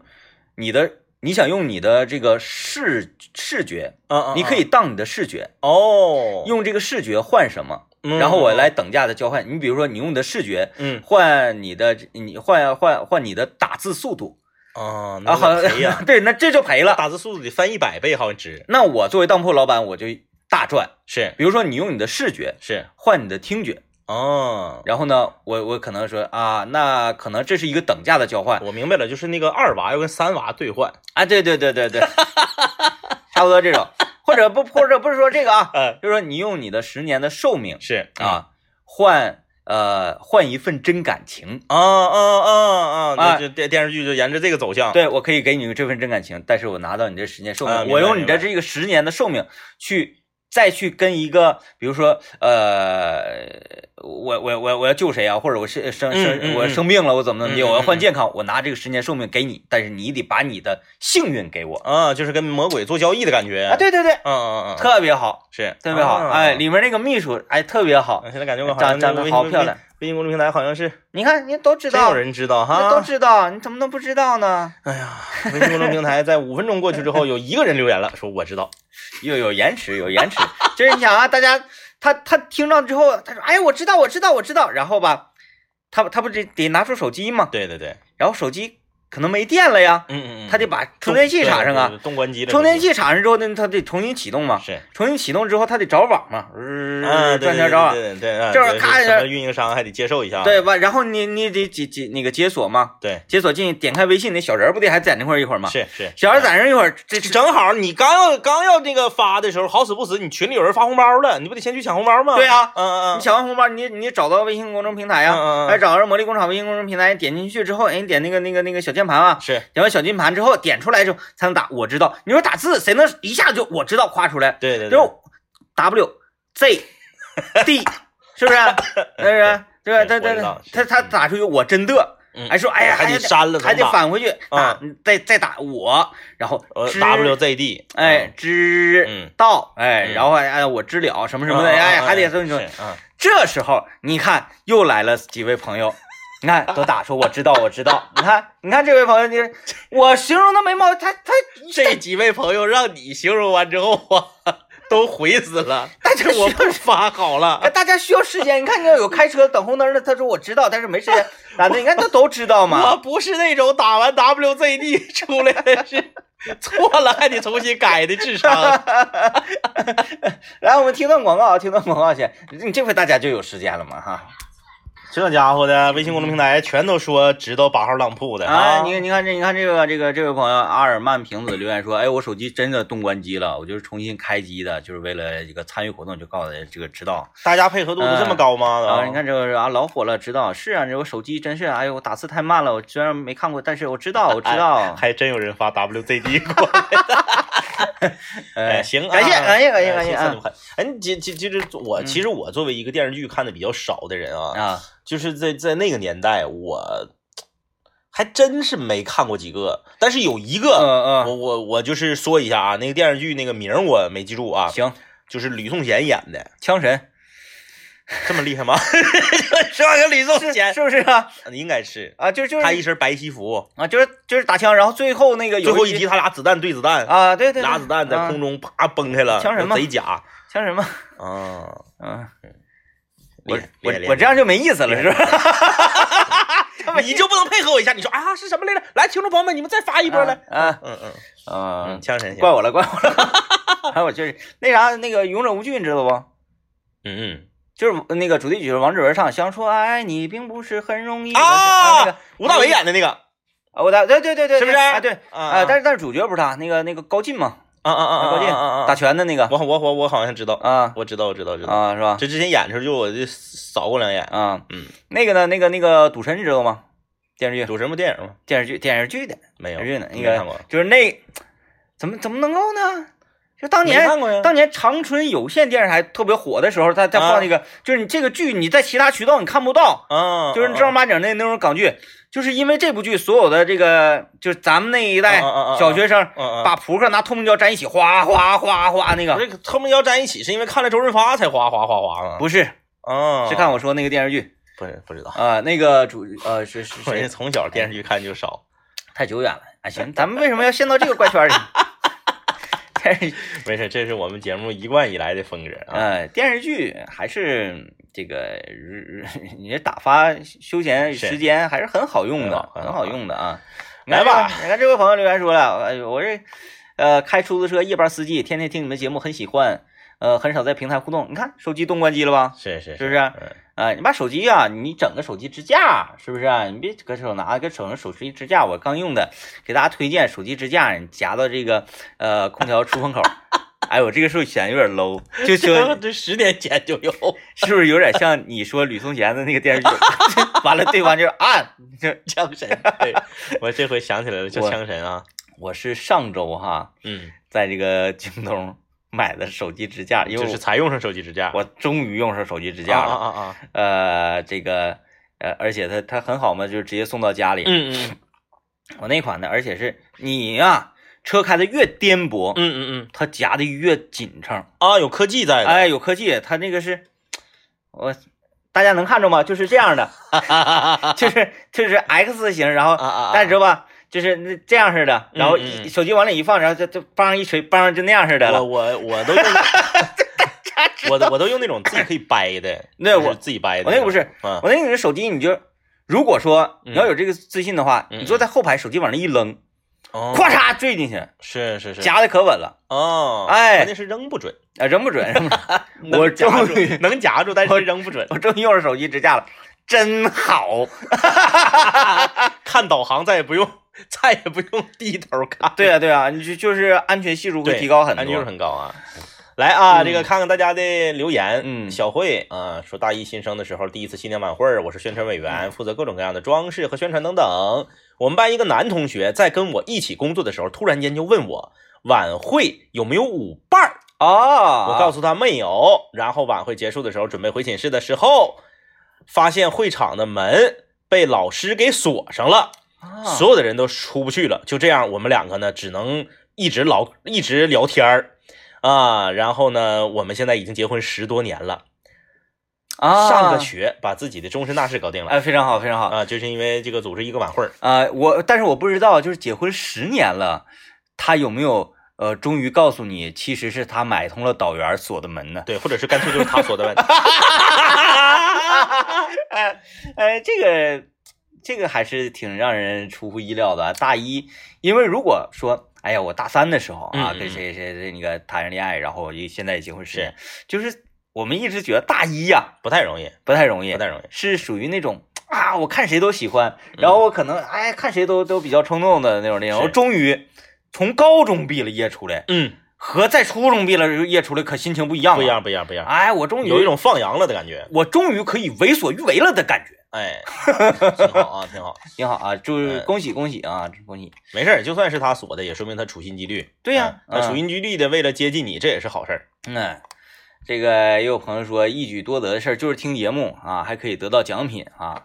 A: 你的你想用你的这个视视觉，
B: 嗯嗯，
A: 你可以当你的视觉，
B: 哦，嗯
A: 用这个视觉换什么，
B: 用
A: 然后我来，等价的交换。你比如说，你用你的视觉
B: 嗯
A: 换你的你换换换你的打字速度
B: 啊，
A: 啊，
B: 那
A: 好
B: 我赔呀，
A: 像 对，那这就赔了。
B: 打字速度得翻一百倍，好像值
A: 那我作为当铺老板，我就大赚。
B: 是
A: 比如说，你用你的视觉
B: 是
A: 换你的听觉，
B: 哦，
A: 然后呢，我我可能说啊，那可能这是一个等价的交换
B: 我明白了，就是那个二娃要跟三娃兑换，
A: 啊，对对对对对，差不多这种，或者不或者不是说这个啊，
B: 呃，
A: 就是说你用你的十年的寿命
B: 是啊
A: 啊换呃换一份真感情，
B: 啊啊啊啊，
A: 啊
B: 那就电电视剧就沿着这个走向，，
A: 对我可以给你这份真感情，但是我拿到你这十年寿命，
B: 啊明白
A: 我用你的这个十年的寿命去再去跟一个，比如说呃，我我我我要救谁啊，或者我是生生、
B: 嗯嗯嗯
A: 我生病了，我怎么怎么地，
B: 嗯嗯嗯
A: 我要换健康，我拿这个十年寿命给你，但是你得把你的幸运给我
B: 啊，就是跟魔鬼做交易的感觉
A: 啊，，对对对，
B: 嗯嗯嗯，
A: 特别好，
B: 是
A: 特别好，
B: 啊
A: 哎，里面那个秘书哎特别好
B: 啊，现在感觉我好
A: 长
B: 像
A: 长得好漂亮，
B: 微信公众平台好像是
A: 你看你都知
B: 真有
A: 道，
B: 人知啊道
A: 那都
B: 哈，
A: 知道，你怎么能不知道呢？
B: 哎呀，微信公众平台在五分钟过去之后，有一个人留言了，说我知道，
A: 又有延迟，有延迟。 就是你想啊，大家他他听到之后，他说：“哎，我知道，我知道，我知道。”然后吧，他他不得得拿出手机吗？
B: 对对对，
A: 然后手机可能没电了呀，
B: 嗯嗯嗯，
A: 他得把充电器插上
B: 对，对
A: 啊。
B: 对动关机了，
A: 充电器插上之后，那他得重新启动嘛。
B: 是。
A: 重新启动之后，他得找网嘛，
B: 啊，
A: 嗯，转
B: 对对
A: 圈找网。
B: 对对对，啊
A: 这会儿
B: 对
A: 咔一
B: 什
A: 下
B: 么运营商还得接受一下，
A: 对吧？然后你你得解解那个解锁嘛，
B: 对，
A: 解锁进去点开微信，那小人儿不得还在那块儿一会儿吗？
B: 是是，
A: 小人儿在那儿一会儿，这这
B: 正好你刚要刚要那个发的时候，好死不死，你群里有人发红包了，你不得先去抢红包吗？
A: 对啊
B: 嗯嗯嗯，
A: 你抢完红包，你你找到微信公众平台呀、
B: 嗯嗯嗯
A: 哎，找到魔力工厂微信公众平台，点进去之后，哎，你点那个那个那个小键盘啊，
B: 是
A: 点完小键盘之后，点出来之后才能打。我知道，你说打字谁能一下就我知道夸出来？
B: 对对对，
A: 就 W Z D 是不是？啊是不是？对吧？对对
B: 我知
A: 对
B: 道，
A: 他
B: 是
A: 他
B: 嗯
A: 打出一个我真的
B: 嗯，
A: 还说哎呀，
B: 还
A: 还
B: 得删了，
A: 还得嗯
B: 怎么打
A: 返回去打，再再打我，然后
B: 呃
A: 知
B: WZD，
A: 哎知
B: 嗯
A: 道哎，
B: 嗯
A: 然后哎我知了什么
B: 嗯
A: 什么的
B: 嗯嗯
A: 哎，
B: 嗯
A: 还得这么说。
B: 是嗯
A: 这时候你看又来了几位朋 友，你看都打说我知道我知道，你看你看这位朋友，你我形容的没毛病，他他
B: 这几位朋友让你形容完之后啊，都回死 了，
A: 但是哎
B: 我不发好了，
A: 大家需要时间，你看你要有开车等红灯的，他说我知道，但是没时 间，男的你看他都知道
B: 我
A: 嘛，
B: 不是那种打完 WZD 出来的 是错了还得重新改的智商，
A: 来我们听段广告，听段广告去，你这回大家就有时间了嘛哈，
B: 这家伙的微信公众平台全都说知道八号当铺的
A: 啊，你看你看这你看这个这个这位朋友阿尔曼瓶子留言说，哎我手机真的动关机了，我就是重新开机的，就是为了一个参与活动，就告诉大家这个知道。
B: 大家配合度都这么高吗？
A: 啊，你看这个啊，老火了，知道是啊，这我手机真是，哎呦，我打字太慢了，我虽然没看过，但是我知道，我知道。
B: 还真有人发 WZD 过来。
A: 哎，
B: 行啊，
A: 感谢感谢感谢
B: 哎
A: 感谢
B: 谢
A: 啊
B: 你们看哎，你其其其实我其实我作为一个电视剧看的比较少的人啊，
A: 嗯啊，
B: 就是在在那个年代，我还真是没看过几个，但是有一
A: 嗯
B: 个，
A: 嗯，
B: 我我我就是说一下啊，那个电视剧那个名儿我没记住啊，
A: 行，
B: 就是吕颂贤演的，
A: 枪神
B: 这么厉害吗？ 说个吕颂
A: 是
B: 贤
A: 是不是啊？
B: 应该是。
A: 啊，就就
B: 他一
A: 是
B: 身白西服，
A: 啊，就是就是打枪，然后最后那个有
B: 最后
A: 一
B: 一集他俩子弹对子弹，
A: 啊，对对，对
B: 俩子弹在
A: 啊
B: 空中啪崩开了，
A: 枪神吗
B: 贼假
A: 枪神嘛，
B: 啊！
A: 嗯，
B: 厉
A: 我
B: 害
A: 我
B: 厉害
A: 我这样就没意思了，是吧？
B: 你就不能配合我一下？你说啊是什么来着？来，听众朋友们，你们再发一波来。
A: 啊
B: 嗯嗯
A: 啊啊
B: 嗯，，枪神行
A: 怪。我了，怪我了。 啊还有我就是那啥，那个勇者无惧，你知道不？
B: 嗯
A: 就是那个主题曲是王志文唱《想说爱你并不是很容易》
B: 嗯
A: 啊，那个
B: 啊，吴大维演的那个
A: 啊，我打对对对对，
B: 是不
A: 对
B: 是？
A: 啊，对，啊，但
B: 是
A: 是但是主角不是他，那个那个高进嘛，
B: 啊啊啊
A: 高进
B: 啊
A: 打拳的那个
B: 我我我我好像知道，
A: 啊
B: 我知道我知道我知道。
A: 啊是吧？
B: 这之前演的时候就我就扫过两眼。
A: 啊，
B: 嗯，
A: 那个呢，那个那个赌神你知道吗？电视剧
B: 有什么电影吗？
A: 电视剧电视剧的，
B: 没有，
A: 电视剧呢，那
B: 没看过
A: 个。就是那怎么怎么能够呢？就当
B: 没
A: 年
B: 看过呀
A: 当年长春有线电视台特别火的时候，他他放那个，就是你这个剧你在其他渠道你看不到，
B: 啊，
A: 就是正儿八经的那种港剧，就是因为这部剧，所有的这个就是咱们那一代
B: 啊啊啊啊
A: 小学生
B: 嗯嗯，
A: 把扑克拿透明胶粘一起，哗哗哗哗哗那个
B: 不。是后面要粘一起，是因为看了周润发才哗哗哗哗吗？
A: 不是，
B: 啊，
A: 是看我说那个电视剧
B: 不是不知道，
A: 啊、那个主呃是是
B: 我是
A: 谁？
B: 从小电视剧看就少，
A: 太久远了。啊，行，咱们为什么要陷到这个怪圈里？ 电视
B: 没事，这是我们节目一贯以来的风格啊。
A: 呃，电视剧还是这个，呃 你这打发休闲
B: 是
A: 时间还是很好用的，
B: 很好哎
A: 很好用的啊。
B: 来吧
A: 你看，你看这位朋友留言说了，哎呦，我这呃开出租车夜班司机，天天听你们节目很喜欢，呃，很少在平台互动。你看手机动关机了吧？
B: 是是
A: 是不是
B: 嗯
A: 啊、你把手机啊，你整个手机支架，是不是、啊？你别搁手拿，搁手上手机支架，我刚用的，给大家推荐手机支架，你夹到这个呃空调出风口。 哎，我这个时候显得有点 low，就 说
B: 这十年前就有，
A: 是不是有点像你说吕颂贤的那个电视剧？ 完了，对方就是啊，这
B: 枪神。对，我这回想起来了，叫
A: 我
B: 枪神啊。
A: 我是上周哈，
B: 嗯，
A: 在这个京东买的手机支架，因为
B: 就
A: 我
B: 是才用上手机支架。
A: 我终于用上手机支
B: 啊
A: 架
B: 啊
A: 了。
B: 啊啊！
A: 呃，这个呃，而且它它很好嘛，就是直接送到家里。
B: 嗯嗯
A: 我那款呢，而且是你呀、车开的越颠簸，
B: 嗯嗯嗯
A: 它夹的越紧撑。
B: 啊，有科技在的。
A: 哎，有科技，它那个是，我大家能看着吗？就是这样的， 就是就是 X 型，然后
B: 啊啊啊！
A: 但你知道吧，就是那这样式的，然后
B: 嗯嗯嗯
A: 一手机往里一放，然后就就梆一锤，梆就那样似的
B: 我
A: 了。
B: 我 我都用，我都我都用那种自己可以掰的，
A: 对
B: 就是
A: 我
B: 自己掰的。
A: 我那个不是，
B: 啊，
A: 我那个手机你就，如果说
B: 嗯
A: 你要有这个自信的话，
B: 嗯嗯
A: 你坐在后排，手机往那一扔，
B: 哦
A: 咵嚓坠进去，
B: 是是是，
A: 夹的可稳了，
B: 哦，
A: 哎
B: 关键是扔不准，
A: 啊，扔不准， 扔不准。
B: 能
A: 我
B: 夹住
A: 终于
B: 能夹住，但是扔不准。
A: 我终于用上手机支架了，真好。
B: 看导航再也不用， 再也不用低头看。
A: 对啊，对啊，你就就是安全系数会
B: 对，
A: 提高很
B: 安全系数
A: 多。
B: 很高啊。来啊，
A: 嗯
B: 这个看看大家的留言。
A: 嗯
B: 小慧啊，说大一新生的时候，第一次新年晚会儿，我是宣传委
A: 嗯
B: 员，负责各种各样的装饰和宣传等等。我们班一个男同学在跟我一起工作的时候，突然间就问我晚会有没有舞伴儿。
A: 哦，
B: 我告诉他没有。然后晚会结束的时候，准备回寝室的时候，发现会场的门被老师给锁上了。
A: 啊，
B: 所有的人都出不去了。就这样，我们两个呢，只能一直老一直聊天儿啊。然后呢，我们现在已经结婚十多年了，
A: 啊
B: 上个，学把自己的终身大事搞定了
A: 哎，非常好，非常好。
B: 啊，就是因为这个组织一个晚会儿。
A: 啊，我但是我不知道，就是结婚十年了，他有没有呃，终于告诉你，其实是他买通了导员锁的门呢？
B: 对，或者是干脆就是他说的问题。
A: 哎哎，这个这个还是挺让人出乎意料的啊。大一，因为如果说，哎呀，我大三的时候啊，
B: 嗯嗯
A: 跟谁谁谁那个谈着恋爱，然后也现在也结婚十
B: 是
A: 年，就是我们一直觉得大一呀、
B: 不太容易，
A: 不太容易，
B: 不太容易。
A: 是属于那种啊，我看谁都喜欢，然后我可能哎看谁都都比较冲动的那种恋爱。
B: 嗯是
A: 我终于从高中毕了业出来，
B: 嗯，
A: 和在初中毕了业出来可心情不一样了。
B: 不一样，不一样，不一样，
A: 哎，我终于
B: 有一种放羊了的感觉。
A: 我终于可以为所欲为了的感觉。
B: 哎，挺好啊，挺好。
A: 挺好啊，就是
B: 嗯
A: 恭喜恭喜啊，恭喜！
B: 没事儿，就算是他锁的，也说明他处心积虑。
A: 对呀
B: 嗯他
A: 嗯
B: 处心积虑的为了接近你，这也是好事儿。
A: 嗯，这个也有朋友说一举多得的事儿就是听节目啊，还可以得到奖品啊。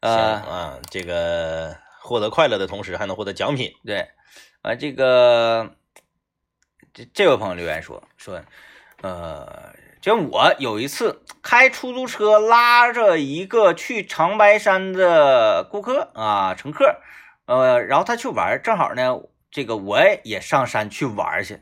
B: 行
A: 呃，
B: 啊，这个获得快乐的同时，还能获得奖品。
A: 对，啊，这个这这位朋友留言说说，呃，就我有一次开出租车拉着一个去长白山的顾客啊乘客，呃，然后他去玩儿，正好呢，这个我也上山去玩儿去，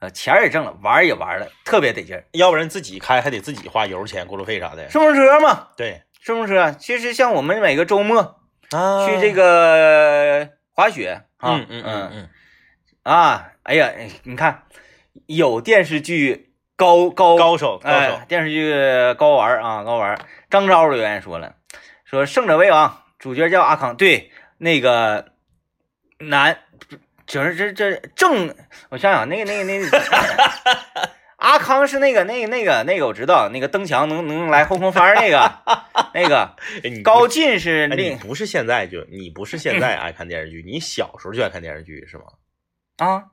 A: 呃，钱儿也挣了，玩儿也玩儿了，特别得劲儿。
B: 要不然自己开还得自己花油钱、过路费啥的。
A: 顺风车嘛，
B: 对，
A: 顺风车，其实像我们每个周末
B: 啊
A: 去这，个滑雪啊，
B: 嗯嗯嗯嗯，
A: 啊，哎呀，哎你看，有电视剧高高
B: 高手高手
A: 哎，，电视剧高玩儿啊，高玩儿。张昭留言说了，说《胜者为王》主角叫阿康，对，那个男，就是这这郑，我想想，那个那个那个，阿康是那个那个那个那个，我知道，那个蹬墙能能来后空翻儿那个那个，
B: 哎你
A: 高进是
B: 哎你
A: 另
B: 不是现在就你不是现在爱看电视剧，你小时候就爱看电视剧是吗？
A: 啊，《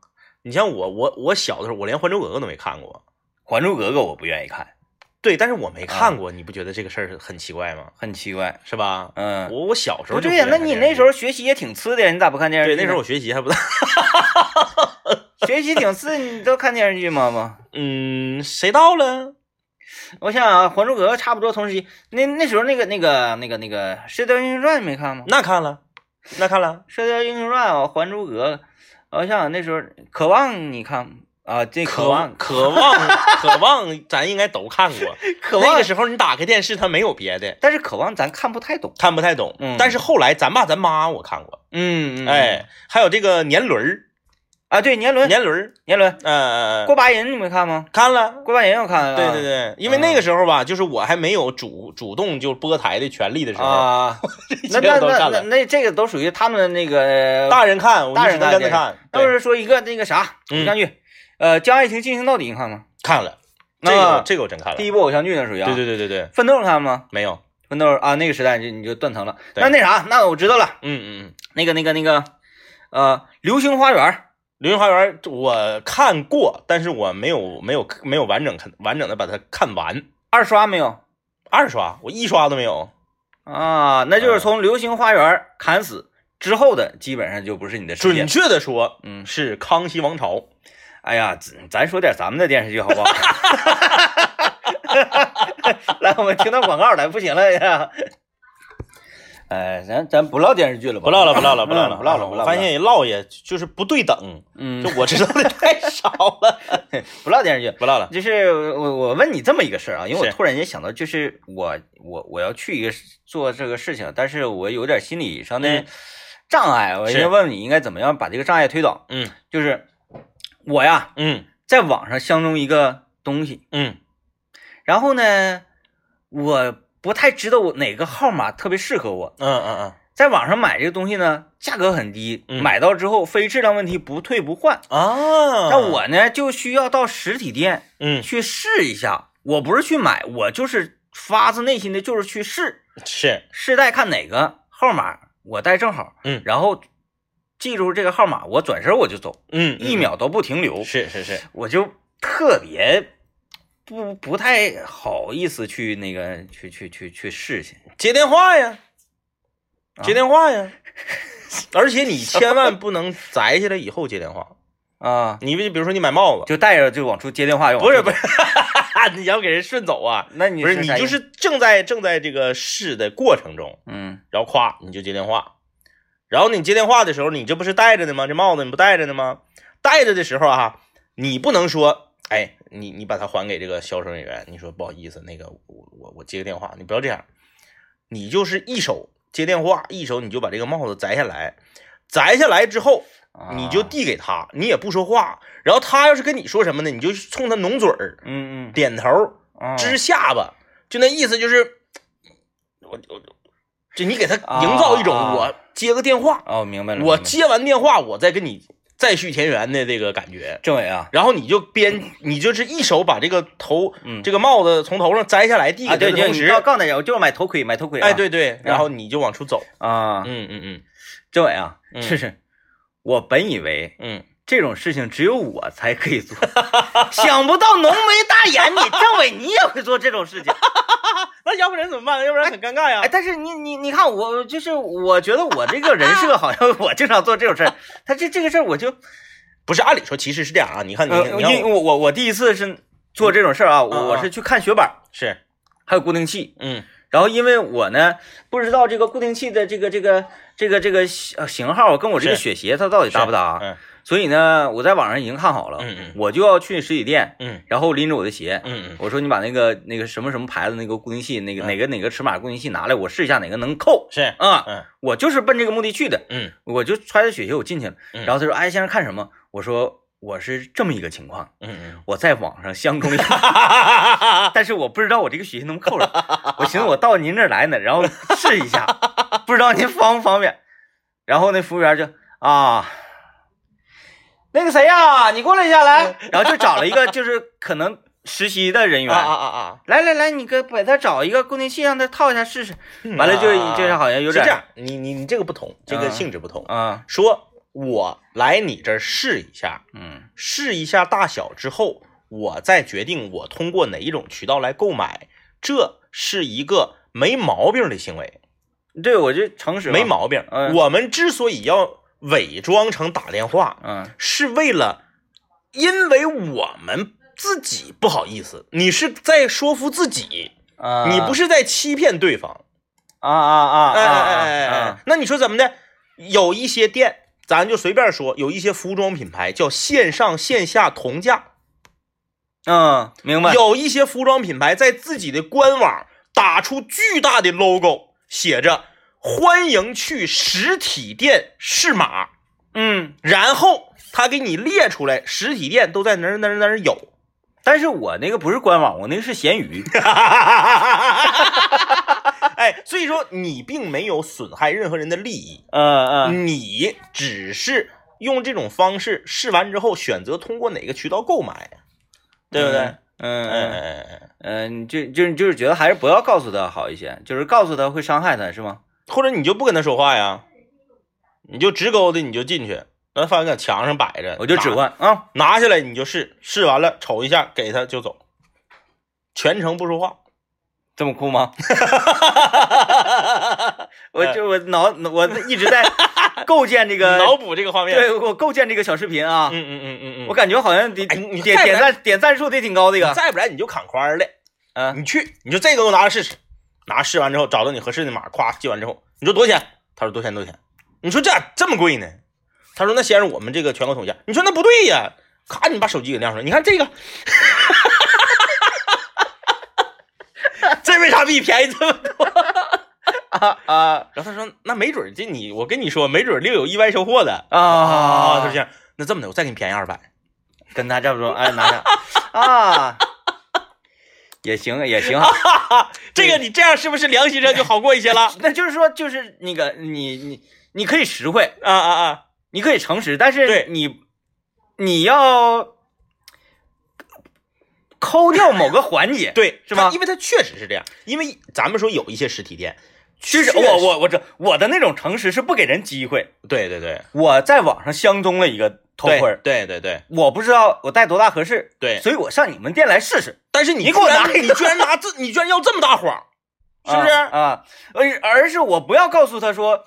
B: 你像我，我我小的时候，我连《还珠格格》都没看过。
A: 还珠格格》我不愿意看，
B: 对，但是我没
A: 啊
B: 看过，你不觉得这个事儿很奇怪吗？
A: 很奇怪，
B: 是吧？
A: 嗯。
B: 我我小时候
A: 不
B: 就
A: 对呀、那
B: 愿意
A: 你
B: 看电视
A: 那
B: 剧
A: 时候学习也挺次的呀，你咋不看电视剧
B: 对
A: 呢？
B: 那 时候我学习还不大，
A: 学习挺次，你都看电视剧吗？吗？
B: 嗯，谁到了？
A: 我想想啊，《还珠格格》差不多同时期，那那时候那个那个那个那个《射雕英雄传》你没看吗？
B: 那看了，那看了，
A: 《射雕英雄传》啊，《还珠格格》，我想想那时候《渴望》你看吗啊？这《
B: 渴
A: 望》
B: 渴望 渴望，咱应该都看过。
A: 《 渴望
B: 那》个时候你打开电视，它没有别的，
A: 但是《渴望》咱看不太懂。
B: 看不太懂。
A: 嗯
B: 但是后来咱爸咱妈我看过，
A: 嗯
B: 哎，还有这个年轮儿，
A: 啊，对，年轮
B: 年轮儿，
A: 年轮，
B: 呃，
A: 过啊八人你没看吗？
B: 看了。
A: 过八人我看了。
B: 对对对，因为那个时候吧，就是我还没有主主动就播台的权利的时候，
A: 啊，那
B: 这些
A: 那
B: 我都
A: 那
B: 看
A: 那
B: 了。
A: 那这个都属于他们那个
B: 大人看，我
A: 大人
B: 只能
A: 看
B: 跟着看，
A: 要
B: 对
A: 是说一个那个啥偶
B: 嗯
A: 像剧，呃，《将爱情进行到底》，你看吗？
B: 看了。这个
A: 那
B: 我这个我真看了。
A: 第
B: 对
A: 一部偶像剧那属于啊。
B: 对对对对，
A: 奋斗你看吗？
B: 没有。
A: 奋斗啊，那个时代你就你就断层了。
B: 对
A: 那那啥，那我知道了，
B: 嗯嗯嗯，《
A: 那个那个那个，呃，流星花园，
B: 流星花园》我看过，但是我没有没有没有完整看完整的把它看完。
A: 二刷没有？
B: 二刷我一刷都没有。
A: 啊，那
B: 嗯
A: 就是从流星花园砍死之后的，基本上就不是你的世界
B: 准。确的说，
A: 嗯
B: 是《康熙王朝》。
A: 哎呀，咱咱说点咱们的电视剧好不好？ 来，我们听到广告来，不行了呀。 哎，咱咱不唠电视剧了吧？
B: 不唠了，不唠了，不唠了，
A: 嗯
B: 啊
A: 不唠了不唠了
B: 我发现唠也就是不对等，
A: 嗯
B: 就，我知道的太少了。
A: 不唠电视剧。
B: 不唠了，
A: 就是我我问你这么一个事儿啊，因为我
B: 是
A: 突然间想到，就是我我我要去一个做这个事情，但是我有点心理上的
B: 嗯
A: 障碍，我
B: 是
A: 先问问你应该怎么样把这个障碍推倒。
B: 嗯
A: 就是我呀，
B: 嗯
A: 在网上相中一个东西，
B: 嗯
A: 然后呢，我不太知道我哪个号码特别适合我，
B: 嗯嗯嗯
A: 在网上买这个东西呢，价格很低，
B: 嗯
A: 买到之后非质量问题不退不换。
B: 啊，
A: 那我呢就需要到实体店
B: 嗯
A: 去试一下，我不是去买，我就是发自内心的就是去试，
B: 是
A: 试戴看哪个号码我戴正好，
B: 嗯
A: 然后记住这个号码，我转身我就走，
B: 嗯
A: 一秒都不停留，
B: 是是是，
A: 我就特别。不不太好意思去那个去去去去试去，
B: 接电话呀，
A: 啊
B: 接电话呀，而且你千万不能摘下来以后接电话，
A: 啊，
B: 你比比如说你买帽子，
A: 就带着就往出接电话，
B: 不是不
A: 是，
B: 是， 你要给人顺走啊，
A: 那你
B: 不是你
A: 啥意
B: 就
A: 思
B: 是正在正在这个试的过程中，
A: 嗯
B: 然后咵你就接电话，然后你接电话的时候，你这不是戴着呢吗？这帽子你不戴着呢吗？戴着的时候啊，你不能说，哎，你你把它还给这个销售人员，你说不好意思，那个我我我接个电话，你不要这样，你就是一手接电话，一手你就把这个帽子摘下来，摘下来之后
A: 啊
B: 你就递给他，你也不说话，然后他要是跟你说什么呢，你就冲他努嘴儿，
A: 嗯嗯
B: 点头，
A: 啊
B: 支下巴，就那意思就是，我我就你给他营造一种
A: 啊啊
B: 我接个电话，
A: 哦，明白了，
B: 我
A: 明白了
B: 接完电话我再跟你再续前缘的这个感觉。
A: 政委啊，
B: 然后你就边你就是一手把这个头、
A: 嗯
B: 这个帽子从头上摘下来递
A: 啊
B: 给
A: 对
B: 他的
A: 对，
B: 同
A: 你
B: 时，
A: 告告诉大家，我就是买头盔，买头盔啊，
B: 哎对对，然后你就往出走。
A: 啊，
B: 嗯嗯嗯
A: 政委啊，
B: 嗯
A: 就是我本以为
B: 嗯，
A: 这种事情只有我才可以 做，想不到浓眉大眼你政委你也会做这种事情，
B: 那要不然怎么办？要不然很尴尬呀
A: 哎，但是你你你看我就是我觉得我这个人设好像我经常做这种事儿，他这这个事儿我就
B: 不是，按理说其实是这样啊。你看你、
A: 呃，
B: 你看
A: 因
B: 我
A: 我我我第一次是做这种事儿啊，
B: 嗯
A: 我我是去看雪板。
B: 是
A: 还有固定器，
B: 嗯
A: 然后因为我呢不知道这个固定器的这个这个这个这个呃型号跟我这个
B: 是
A: 雪鞋它到底搭不啊搭，
B: 嗯
A: 所以呢我在网上已经看好了，
B: 嗯嗯
A: 我就要去实体店，
B: 嗯
A: 然后拎着我的鞋，
B: 嗯嗯
A: 我说你把那个那个什么什么牌子那个固定器那个、
B: 嗯
A: 哪个哪个尺码固定器拿来，我试一下哪个能扣
B: 是
A: 啊、
B: 嗯
A: 我就是奔这个目的去的，
B: 嗯
A: 我就揣着雪鞋我进去了，
B: 嗯
A: 然后他说哎先生看什么？我说我是这么一个情况，
B: 嗯嗯，
A: 我在网上相中一个。但是我不知道我这个血型能扣上，我寻思我到您这儿来呢，然后试一 下，不知道您方不方便。然后那服务员就啊，那个谁呀、你过来一下
B: 嗯
A: 来，然后就找了一个就是可能实习的人员，
B: 啊啊啊啊！
A: 来来来，你给给他找一个固定器让他套一下试试。完了就
B: 啊
A: 就是好像有
B: 是
A: 点
B: 这样，你你你这个不同，这个
A: 嗯
B: 性质不同。
A: 啊，
B: 说我来你这儿试一下，
A: 嗯
B: 试一下大小之后，我再决定我通过哪一种渠道来购买，这是一个没毛病的行为，
A: 对我就诚实嘛
B: 没，毛病。
A: 嗯
B: 我们之所以要伪装成打电话，
A: 嗯
B: 是为了，因为我们自己不好意思，你是在说服自己，
A: 啊，
B: 你不是在欺骗对方。
A: 啊啊啊
B: 哎
A: 啊
B: 哎哎哎
A: 啊
B: 哎
A: 啊，
B: 那你说怎么的？有一些店，咱就随便说，有一些服装品牌叫线上线下同价，
A: 嗯，明白。
B: 有一些服装品牌在自己的官网打出巨大的 logo，写着“欢迎去实体店试码”。
A: 嗯，
B: 然后他给你列出来实体店都在哪儿哪儿哪儿有，
A: 但是我那个不是官网，我那个是闲鱼。
B: 哎，所以说你并没有损害任何人的利益，
A: 嗯嗯
B: 你只是用这种方式试完之后选择通过哪个渠道购买，对不对？
A: 嗯嗯嗯
B: 哎哎哎哎
A: 嗯，你就就就是觉得还是不要告诉他好一些，就是告诉他会伤害他，是吗？
B: 或者你就不跟他说话呀，你就直勾的你就进去，那反正搁墙上摆着，
A: 我就只
B: 拿
A: 换啊，
B: 拿下来你就试，试完了瞅一下给他就走，全程不说话。
A: 这么酷吗？ 我
B: 嗯
A: 就我脑我一直在构建这个
B: 脑补这个画面。
A: 对我构建这个小视频啊，
B: 嗯嗯嗯嗯嗯，
A: 我感觉好像得
B: 哎你
A: 点
B: 再
A: 点
B: 来
A: 赞点赞数得挺高的一
B: 你
A: 个，
B: 再不然你就砍宽儿了，
A: 啊
B: 啊
A: 嗯
B: 你去你就这个给我拿着试试，拿试完之后找到你合适的码，咵记完之后，你说多少钱？他说多少钱多少钱？你说这咋这么贵呢？他说那先生我们这个全国统价，你说那不对呀，咔你把手机给亮出来，你看这个， 这为啥比便宜这么 多？
A: 啊啊
B: 然后他说那没准儿这你我跟你说没准儿另有意外收获的
A: 啊！
B: 他说这样，那这么的我再给你便宜二百。
A: 跟他差不多，哎，拿下啊，也行也行啊。
B: 这个你这样是不是良心上就好过一些了？
A: 那就是说，就是那个你你你可以实惠，
B: 啊啊啊！
A: 你可以诚实，但
B: 对
A: 是你你要抠掉某个环节，，
B: 对，
A: 是吗
B: 它因为它确实是这样，因为咱们说有一些实体店，
A: 就是
B: 确实
A: 我我我这我的那种诚实是不给人机会。
B: 对对对，
A: 我在网上相中了一个头盔儿，
B: 对对对
A: 我不知道我戴多大合适，
B: 对对，
A: 所以我上你们店来试试，
B: 但是你
A: 你
B: 居
A: 给我
B: 然
A: 拿一个
B: 你居然拿这，你居然要这么大谎，是不是？
A: 啊啊？而而是我不要告诉他说，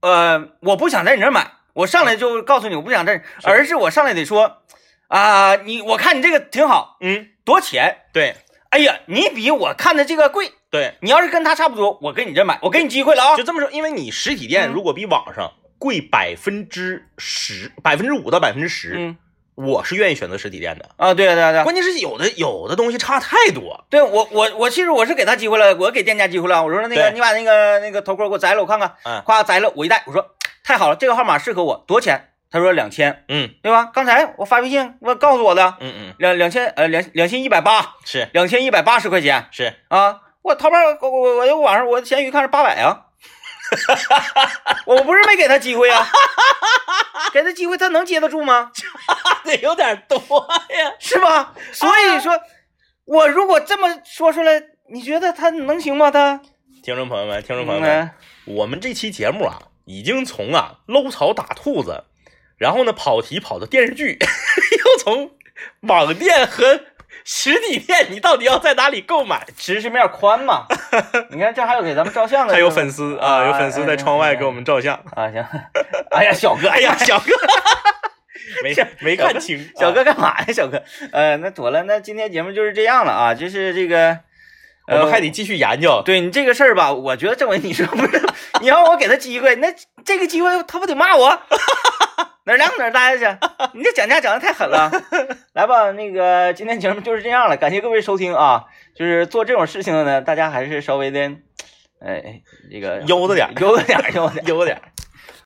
A: 呃，我不想在你这儿买，我上来就告诉你我不想在，而是我上来得说，啊，你我看你这个挺好，
B: 嗯，
A: 多少钱？
B: 对
A: 哎呀，你比我看的这个贵，
B: 对，
A: 你要是跟他差不多，我跟你这买，我给你机会了啊
B: 就。这么说，因为你实体店
A: 嗯
B: 如果比网上贵百分之十、百分之五到百分之十，
A: 嗯
B: 我是愿意选择实体店的。
A: 啊，对啊对啊对啊，
B: 关键是有的有的东西差太多，
A: 对我我我其实我是给他机会了，我给店家机会了。我说那个
B: 对
A: 你把那个那个头盔给我摘了，我看看。
B: 嗯
A: 夸摘了，我一戴，我说太好了，这个号码适合我，多少钱？他说两千，
B: 嗯
A: 对吧？刚才我发微信我告诉我的，
B: 嗯嗯，
A: 两两千呃两两千一百八，
B: 是
A: 两千一百八十块钱
B: 是，
A: 啊！我淘宝我我我我网上我闲鱼看是八 百啊，我不是没给他机会啊，给他机会他能接得住吗？
B: 得有点多呀。
A: 是吧？所以说，我如果这么说出来，你觉得他能行吗？他
B: 听众朋友们，听众朋友
A: 嗯
B: 们。
A: 哎
B: 我们这期节目啊，已经从啊搂草打兔子，然后呢跑题跑到电视剧， 又从网店和实体店，你到底要在哪里购买？
A: 知识面宽 嘛？你看这还有给咱们照相的，
B: 还有
A: 是吧
B: 粉丝啊，有粉丝在窗外给我们照相。
A: 啊，行， 哎呀， 小哥，
B: 哎呀，小哥，没没看清，啊
A: 小哥干嘛呀？小哥，呃，那妥了，那今天节目就是这样了啊，就是这个，
B: 我
A: 呃，
B: 们还得继续研究。
A: 对你这个事儿吧，我觉得政委你是不是？你让我给他机会，那这个机会他不得骂我？ 哪儿凉哪儿待着去？你这讲价讲的太狠了。 来吧，那个今天节目就是这样了，感谢各位收听啊。就是做这种事情呢，大家还是稍微的，哎，这个
B: 悠着点儿
A: 悠着点儿，悠着点儿。
B: 悠着点儿。